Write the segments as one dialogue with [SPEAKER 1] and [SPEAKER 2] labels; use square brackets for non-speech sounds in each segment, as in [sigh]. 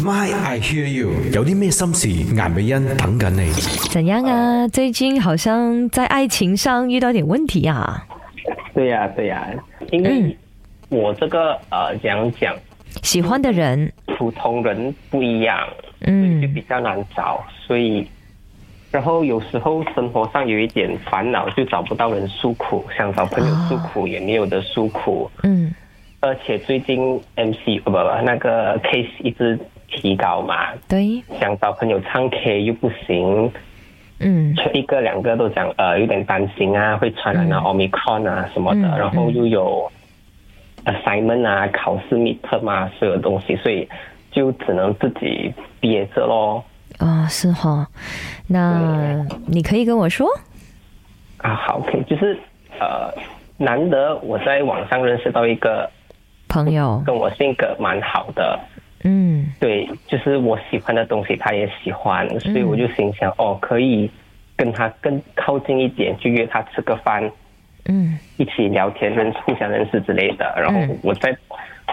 [SPEAKER 1] My I hear you，有啲咩心事？颜美欣等紧你。
[SPEAKER 2] 怎样啊？最近好像在爱情上遇到点问题啊？
[SPEAKER 3] 对呀、对呀、因
[SPEAKER 2] 嗯
[SPEAKER 3] 为我这个呃，讲讲
[SPEAKER 2] 喜欢的人，
[SPEAKER 3] 普通人不一样，就
[SPEAKER 2] 嗯
[SPEAKER 3] 比较难找，所以，然后有时候生活上有一点烦恼，就找不到人诉苦，想找朋友诉苦也没有的诉苦，
[SPEAKER 2] 嗯
[SPEAKER 3] 而且最近 MC 不不不那个 case 一直提高嘛，
[SPEAKER 2] 对，
[SPEAKER 3] 想找朋友唱 K 又不行，
[SPEAKER 2] 嗯
[SPEAKER 3] 一个两个都讲呃有点担心啊，会传染啊、omicron 啊什么的，
[SPEAKER 2] 嗯
[SPEAKER 3] 然后又有 assignment 啊、考试 midterm 啊，所有东西，所以就只能自己憋着咯。
[SPEAKER 2] 啊、是哈。那你可以跟我说，
[SPEAKER 3] 啊，好，OK，就是呃，难得我在网上认识到一个
[SPEAKER 2] 朋友，
[SPEAKER 3] 跟我性格蛮好的，
[SPEAKER 2] 嗯
[SPEAKER 3] 对，就是我喜欢的东西他也喜欢，所以我就心想，哦，可以跟他更靠近一点，就约他吃个饭，
[SPEAKER 2] 嗯
[SPEAKER 3] 一起聊天、认互相认识之类的。然后
[SPEAKER 2] 嗯
[SPEAKER 3] 我在，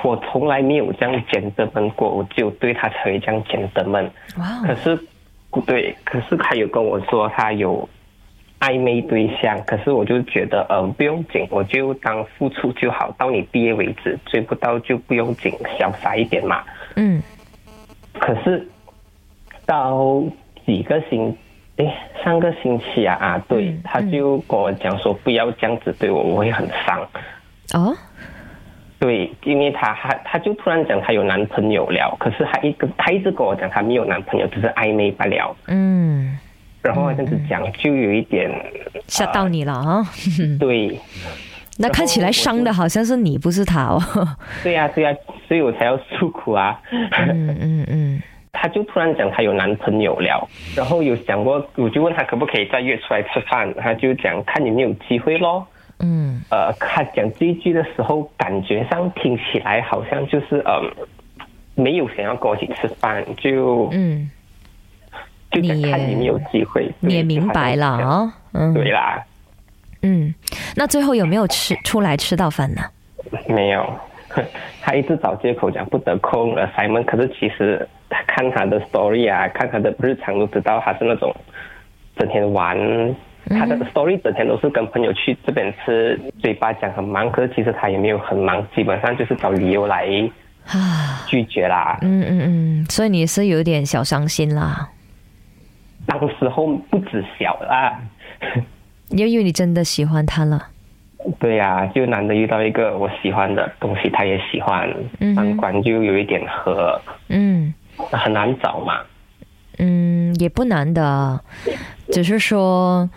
[SPEAKER 3] 我从来没有这样简单们过，我只有对他才会这样简单们。
[SPEAKER 2] 哇
[SPEAKER 3] 可
[SPEAKER 2] 哦，
[SPEAKER 3] 是，对，可是他有跟我说他有暧昧对象，可是我就觉得，嗯、不用紧，我就当付出就好，到你毕业为止，追不到就不用紧，潇洒一点嘛。
[SPEAKER 2] 嗯
[SPEAKER 3] 可是到几个星，诶，上个星期啊啊，对，
[SPEAKER 2] 嗯
[SPEAKER 3] 他就跟我讲说不要这样子对我，我会很伤。
[SPEAKER 2] 哦，
[SPEAKER 3] 对，因为他他他就突然讲他有男朋友了，可是他一个他一直跟我讲他没有男朋友，只是暧昧罢了。
[SPEAKER 2] 嗯，
[SPEAKER 3] 然后这样子讲就有一点
[SPEAKER 2] 吓到你了啊！
[SPEAKER 3] 对，
[SPEAKER 2] 那看起来伤的好像是你，不是他哦。
[SPEAKER 3] 对呀、对呀、所以我才要诉苦啊。
[SPEAKER 2] [laughs]
[SPEAKER 3] [laughs]
[SPEAKER 2] 嗯嗯嗯，
[SPEAKER 3] 她就突然讲她有男朋友了，然后有想过，我就问她可不可以再约出来吃饭，她就讲看有没有机会咯。
[SPEAKER 2] 嗯
[SPEAKER 3] 呃，她讲这一句的时候，感觉上听起来好像就是嗯、没有想要跟我一起吃饭，就
[SPEAKER 2] 嗯，
[SPEAKER 3] 就讲
[SPEAKER 2] 你也
[SPEAKER 3] 看有没有机会。
[SPEAKER 2] 你也
[SPEAKER 3] 对
[SPEAKER 2] 明白了，
[SPEAKER 3] 就好像
[SPEAKER 2] 啊。
[SPEAKER 3] 这样
[SPEAKER 2] 嗯
[SPEAKER 3] 对啦，
[SPEAKER 2] 嗯，那最后有没有吃出来吃到饭呢？ [sighs]
[SPEAKER 3] 没有。她一直找借口讲不得空了，Simon。可是其实她看她的 story 啊，看她的日常都知道她是那种整天玩。
[SPEAKER 2] 嗯
[SPEAKER 3] 她的 story 整天都是跟朋友去这边吃，嘴巴讲很忙，可是其实她也没有很忙，基本上就是找理由来
[SPEAKER 2] 啊。
[SPEAKER 3] 拒绝啦。
[SPEAKER 2] 嗯嗯嗯，所以你是有点小伤心啦，
[SPEAKER 3] 当时候不止小啦，
[SPEAKER 2] 因为你真的喜欢他了。
[SPEAKER 3] 对呀、就难得遇到一个我喜欢的东西，她也喜欢，
[SPEAKER 2] 嗯哼
[SPEAKER 3] 三观就有一点合，
[SPEAKER 2] 嗯
[SPEAKER 3] 很难找嘛。
[SPEAKER 2] 嗯，也不难的，只是说，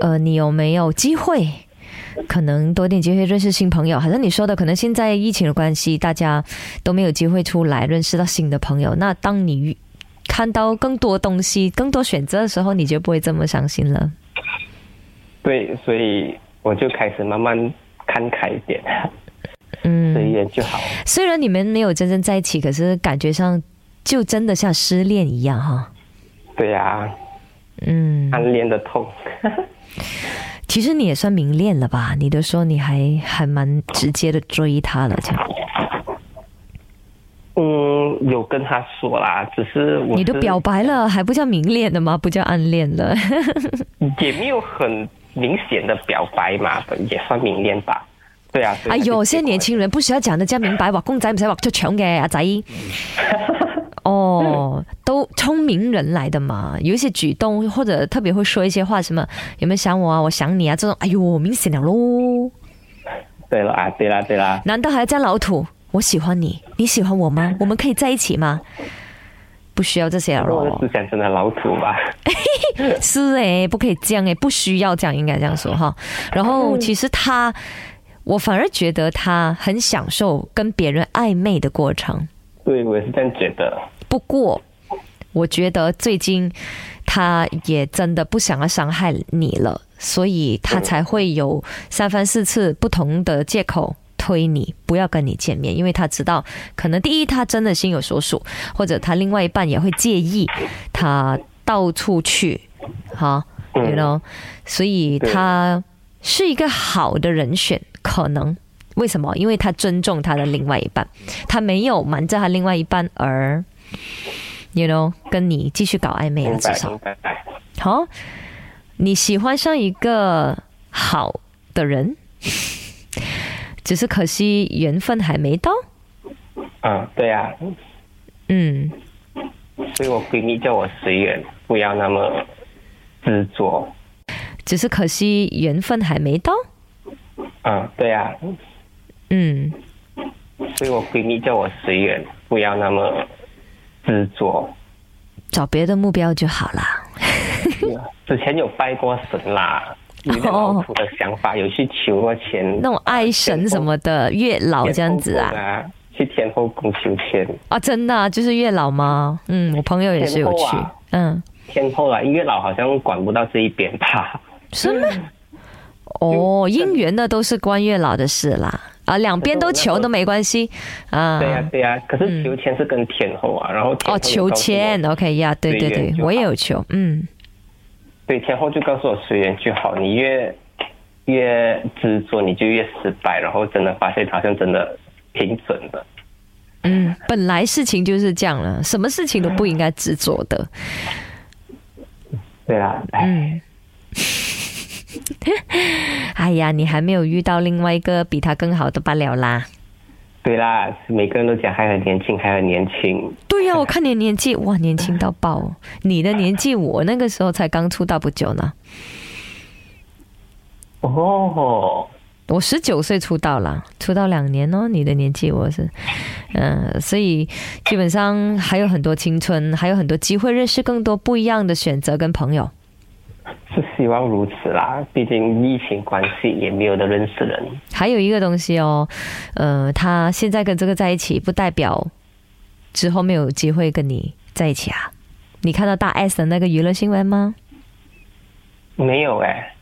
[SPEAKER 2] 呃，你有没有机会？可能多点机会认识新朋友，好像你说的，可能现在疫情的关系，大家都没有机会出来认识到新的朋友。那当你遇看到更多东西、更多选择的时候，你就不会这么伤心了。
[SPEAKER 3] 对，所以我就开始慢慢看开一点，
[SPEAKER 2] 嗯，
[SPEAKER 3] 随缘就好。
[SPEAKER 2] 虽然你们没有真正在一起，可是感觉上就真的像失恋一样哈。
[SPEAKER 3] 对呀、
[SPEAKER 2] 嗯，
[SPEAKER 3] 暗恋的痛。
[SPEAKER 2] 其实你也算明恋了吧？你都说你还还蛮直接的追他了，这样
[SPEAKER 3] 嗯，有跟他说啦，只是我
[SPEAKER 2] 你都
[SPEAKER 3] 是
[SPEAKER 2] 表白了，还不叫明恋的吗？不叫暗恋了？
[SPEAKER 3] 也没有很明显的表白嘛，也算明恋吧。对啊，所以
[SPEAKER 2] 哎呦，
[SPEAKER 3] 他就
[SPEAKER 2] 现在年轻人不需要讲得这明白，畫公仔唔使畫出腸嘅，
[SPEAKER 3] [laughs]
[SPEAKER 2] 阿仔。哦，都聪明人来的嘛，有一些举动或者特别会说一些话，什么有没有想我啊，我想你啊，这种，哎呦，明显了喽。
[SPEAKER 3] 对了啊，对啦对啦，
[SPEAKER 2] 难道还要这样老土？我喜欢你，你喜欢我吗？我们可以在一起吗？不需要这些了
[SPEAKER 3] 我的
[SPEAKER 2] 咯。
[SPEAKER 3] 思想真的老土吧？
[SPEAKER 2] 是诶、不可以这样诶、不需要这样，应该这样说哈。然后其实他，我反而觉得他很享受跟别人暧昧的过程。
[SPEAKER 3] 对，我也是这样觉得。
[SPEAKER 2] 不过，我觉得最近他也真的不想要伤害你了，所以他才会有三番四次不同的借口。推你不要跟你见面，因为他知道，可能第一他真的心有所属，或者他另外一半也会介意他到处去，哈、
[SPEAKER 3] 嗯
[SPEAKER 2] y o u know，所以
[SPEAKER 3] 对
[SPEAKER 2] 他是一个好的人选，可能为什么？因为他尊重他的另外一半，他没有瞒着他另外一半而，you know，跟你继续搞暧昧啊，
[SPEAKER 3] 明
[SPEAKER 2] 至
[SPEAKER 3] 白
[SPEAKER 2] 少
[SPEAKER 3] 明白。
[SPEAKER 2] 好。你喜欢上一个好的人， [laughs] 只是可惜缘分还没到。
[SPEAKER 3] 嗯，对啊，
[SPEAKER 2] 嗯，
[SPEAKER 3] 所以我闺蜜叫我随缘，不要那么执着。
[SPEAKER 2] 只是可惜缘分还没到。
[SPEAKER 3] 嗯，对啊，
[SPEAKER 2] 嗯，
[SPEAKER 3] 所以我闺蜜叫我随缘，不要那么执着。
[SPEAKER 2] 找别的目标就好啦。
[SPEAKER 3] 之前有拜过神啦，有一点
[SPEAKER 2] 哦
[SPEAKER 3] 老土的想法，有去求过钱，
[SPEAKER 2] 那种爱神什么的，月老这样子
[SPEAKER 3] [laughs] 天后宫
[SPEAKER 2] 啊？
[SPEAKER 3] 啊，去天后宫求签。
[SPEAKER 2] 啊，真的、啊、就是月老吗？嗯，我朋友也是有去
[SPEAKER 3] 天后啊。
[SPEAKER 2] 嗯，
[SPEAKER 3] 天后啊，月老好像管不到这一边
[SPEAKER 2] 啊
[SPEAKER 3] 吧？
[SPEAKER 2] 是
[SPEAKER 3] [laughs]
[SPEAKER 2] 吗？哦，姻缘的都是关月老的事啦。啊，两边都求都没关系啊。
[SPEAKER 3] 对呀、对呀、可是求签是跟天后啊，然后天后
[SPEAKER 2] 哦，
[SPEAKER 3] 也告诉我
[SPEAKER 2] 求签，OK 呀、对对
[SPEAKER 3] 随
[SPEAKER 2] 对
[SPEAKER 3] 缘，就好
[SPEAKER 2] 我也有求，嗯，
[SPEAKER 3] 对，天后就告诉我随缘就好，你越越执着，你就越失败，然后真的发现好像真的挺准的。
[SPEAKER 2] 嗯，本来事情就是这样了，什么事情都不应该执着的，
[SPEAKER 3] 对啦，哎，
[SPEAKER 2] 嗯。 [laughs] 哎呀，你还没有遇到另外一个比他更好的罢了啦。
[SPEAKER 3] 对啦，每个人都讲还很年轻，还很年轻。
[SPEAKER 2] 对呀、我看你的年纪，哇，年轻到爆哦！你的年纪，我那个时候才刚出道不久呢，
[SPEAKER 3] 哦，
[SPEAKER 2] 我十九岁出道啦，出道两年哦。你的年纪我是，嗯、所以基本上还有很多青春，还有很多机会认识更多不一样的选择跟朋友。
[SPEAKER 3] 是希望如此啦，毕竟疫情关系也没有的认识人。
[SPEAKER 2] 还有一个东西哦，呃，他现在跟这个在一起，不代表之后没有机会跟你在一起啊。你看到大 S 的那个娱乐新闻吗？
[SPEAKER 3] 没有哎、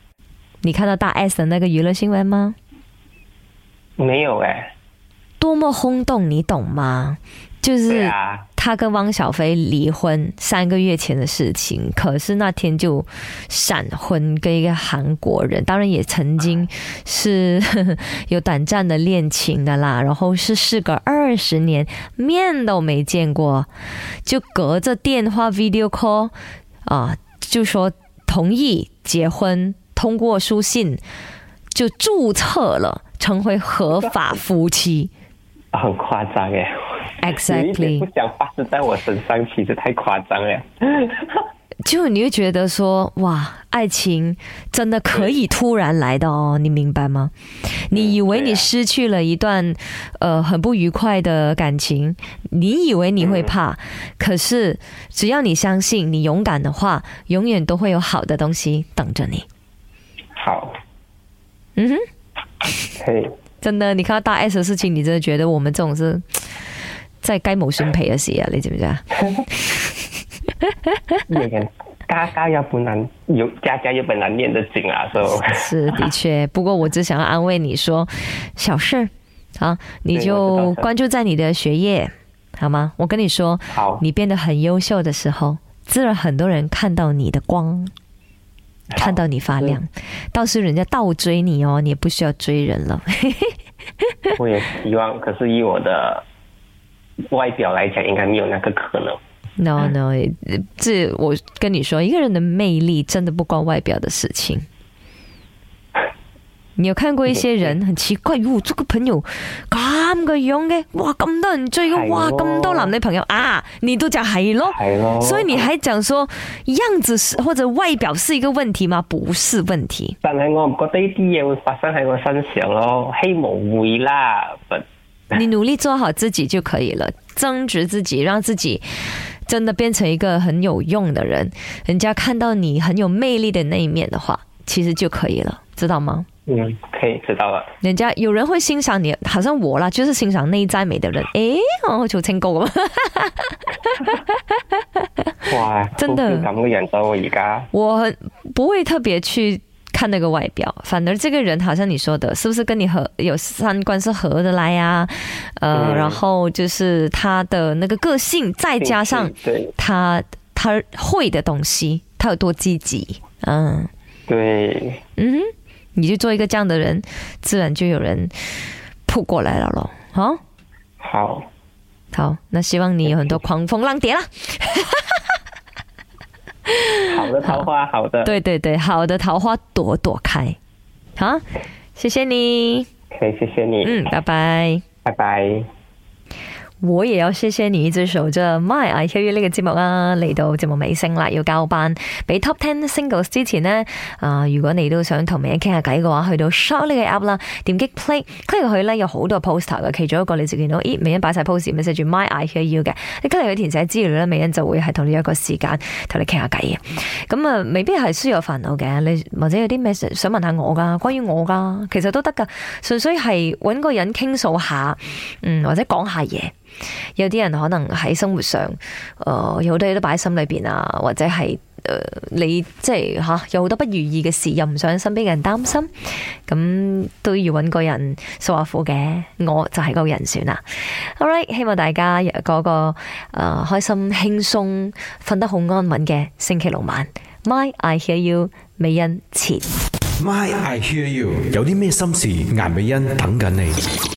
[SPEAKER 2] 你看到大 S 的那个娱乐新闻吗？
[SPEAKER 3] 没有哎、
[SPEAKER 2] 多么轰动，你懂吗？就是
[SPEAKER 3] 对啊，
[SPEAKER 2] 他跟汪小菲离婚三个月前的事情，可是那天就闪婚跟一个韩国人，当然也曾
[SPEAKER 3] 哎
[SPEAKER 2] 经是 [laughs] 有短暂的恋情的啦，然后是事隔二十年，面都没见过，就隔着电话 video call 啊，就说同意结婚，通过书信就注册了，成为合
[SPEAKER 3] [laughs]
[SPEAKER 2] 法夫妻。
[SPEAKER 3] 很夸张哎、有一点
[SPEAKER 2] Exactly，
[SPEAKER 3] 不想发生在我身上，其实太夸张了。
[SPEAKER 2] 就你会觉得说，哇，爱情真的可以突然来的哦，你明白吗？你以为
[SPEAKER 3] 对啊
[SPEAKER 2] 你失去了一段、呃很不愉快的感情，你以为你会怕，可是只要你相信，你勇敢的话，永远都会有好的东西等着你。
[SPEAKER 3] 好，
[SPEAKER 2] 嗯哼，
[SPEAKER 3] 可以。
[SPEAKER 2] 真的，你看到大 S 的事情，你真的觉得我们这种是在该谋生赔的事啊？你知不知啊？
[SPEAKER 3] 也很家家有本难有家家有本难念的经啊，所以
[SPEAKER 2] 是的确，不过我只想要安慰你说，小事儿啊，你
[SPEAKER 3] 对我知道
[SPEAKER 2] 就
[SPEAKER 3] 的
[SPEAKER 2] 关注在你的学业，好吗？我跟你说，
[SPEAKER 3] 好
[SPEAKER 2] 你变得很优秀的时候，自然很多人看到你的光，看到你发亮，到时人家倒追你哦，你也不需要追人了。
[SPEAKER 3] 我也希望，可是以我的外表来讲，应该没有那个可能。
[SPEAKER 2] no no，呃这我跟你说，一个人的魅力真的不关外表的事情。你有看過一些人很奇怪，哟，這個朋友咁嘅樣嘅，哇咁多人追嘅，
[SPEAKER 3] 係
[SPEAKER 2] 哇咁多
[SPEAKER 3] 喎
[SPEAKER 2] 男女朋友啊，你都講係咯，
[SPEAKER 3] 係咯
[SPEAKER 2] 哦所以你還講說樣子是或者外表是一個問題嗎？不是問題，
[SPEAKER 3] 但係我唔覺得呢啲嘢會發生喺我身上咯，希望會啦。不
[SPEAKER 2] 你努力做好自己就可以了，增值自己，讓自己真的变成一个很有用的人，人家看到你很有魅力的那一面的话，其实就可以了，知道吗？
[SPEAKER 3] 嗯，可以知道了。
[SPEAKER 2] 人家有人会欣赏你，好像我啦，就是欣赏内在美的人。诶，我求成功啊！
[SPEAKER 3] 哇，
[SPEAKER 2] 真的
[SPEAKER 3] 好似咁嘅人啊咗我而家，
[SPEAKER 2] [laughs] 我很不会特别去看那个外表，反而这个人好像你说的，是不是跟你合有三观是合得来呀、呃，
[SPEAKER 3] 嗯
[SPEAKER 2] 然后就是他的那个个性，再加上
[SPEAKER 3] 对
[SPEAKER 2] 他他会的东西，他有多积极，嗯
[SPEAKER 3] 对，
[SPEAKER 2] 嗯哼，你就做一个这样的人，自然就有人扑过来了咯。好、
[SPEAKER 3] 好，
[SPEAKER 2] 哦好，那希望你有很多狂风浪蝶啦。
[SPEAKER 3] 好的桃花，好的，
[SPEAKER 2] 对对对，好的桃花朵朵开。好，谢谢你。
[SPEAKER 3] 可以，谢谢你，
[SPEAKER 2] 嗯，拜拜。
[SPEAKER 3] 拜拜。
[SPEAKER 2] 我也有謝謝你最熟啫，My I Hear You 呢個節目啊，嚟到節目尾聲啦，要交班。俾 Top Ten Singles 之前呢，啊、如果你都想同美欣傾下偈嘅話，去到 Shout 呢個 app 啦，點擊 Play，click 入去呢，有好多 poster 嘅，其中一個你就見到，咦，美欣擺晒 post，咪寫住 My I Hear You 嘅，你跟住去填寫資料咧，美欣就會係同你約個時間同你傾下偈嘅。咁啊，未必係需要有煩惱嘅，你或者有啲咩想問下我噶，關於我噶，其實都得噶，純粹係揾個人傾訴下，嗯，或者講下嘢。有啲人可能喺生活上，誒、有好多嘢都擺喺心裏邊啊，或者係誒、呃你即係吓、有好多不如意嘅事，又唔想身邊嘅人擔心，咁都要揾個人訴下苦嘅。我就係嗰個人選啦。好 right，希望大家有嗰個誒、呃、開心、輕鬆、瞓得好安穩嘅星期六晚。My I hear you，美欣前。
[SPEAKER 1] My I hear you，有啲咩心事？顏美欣等緊你。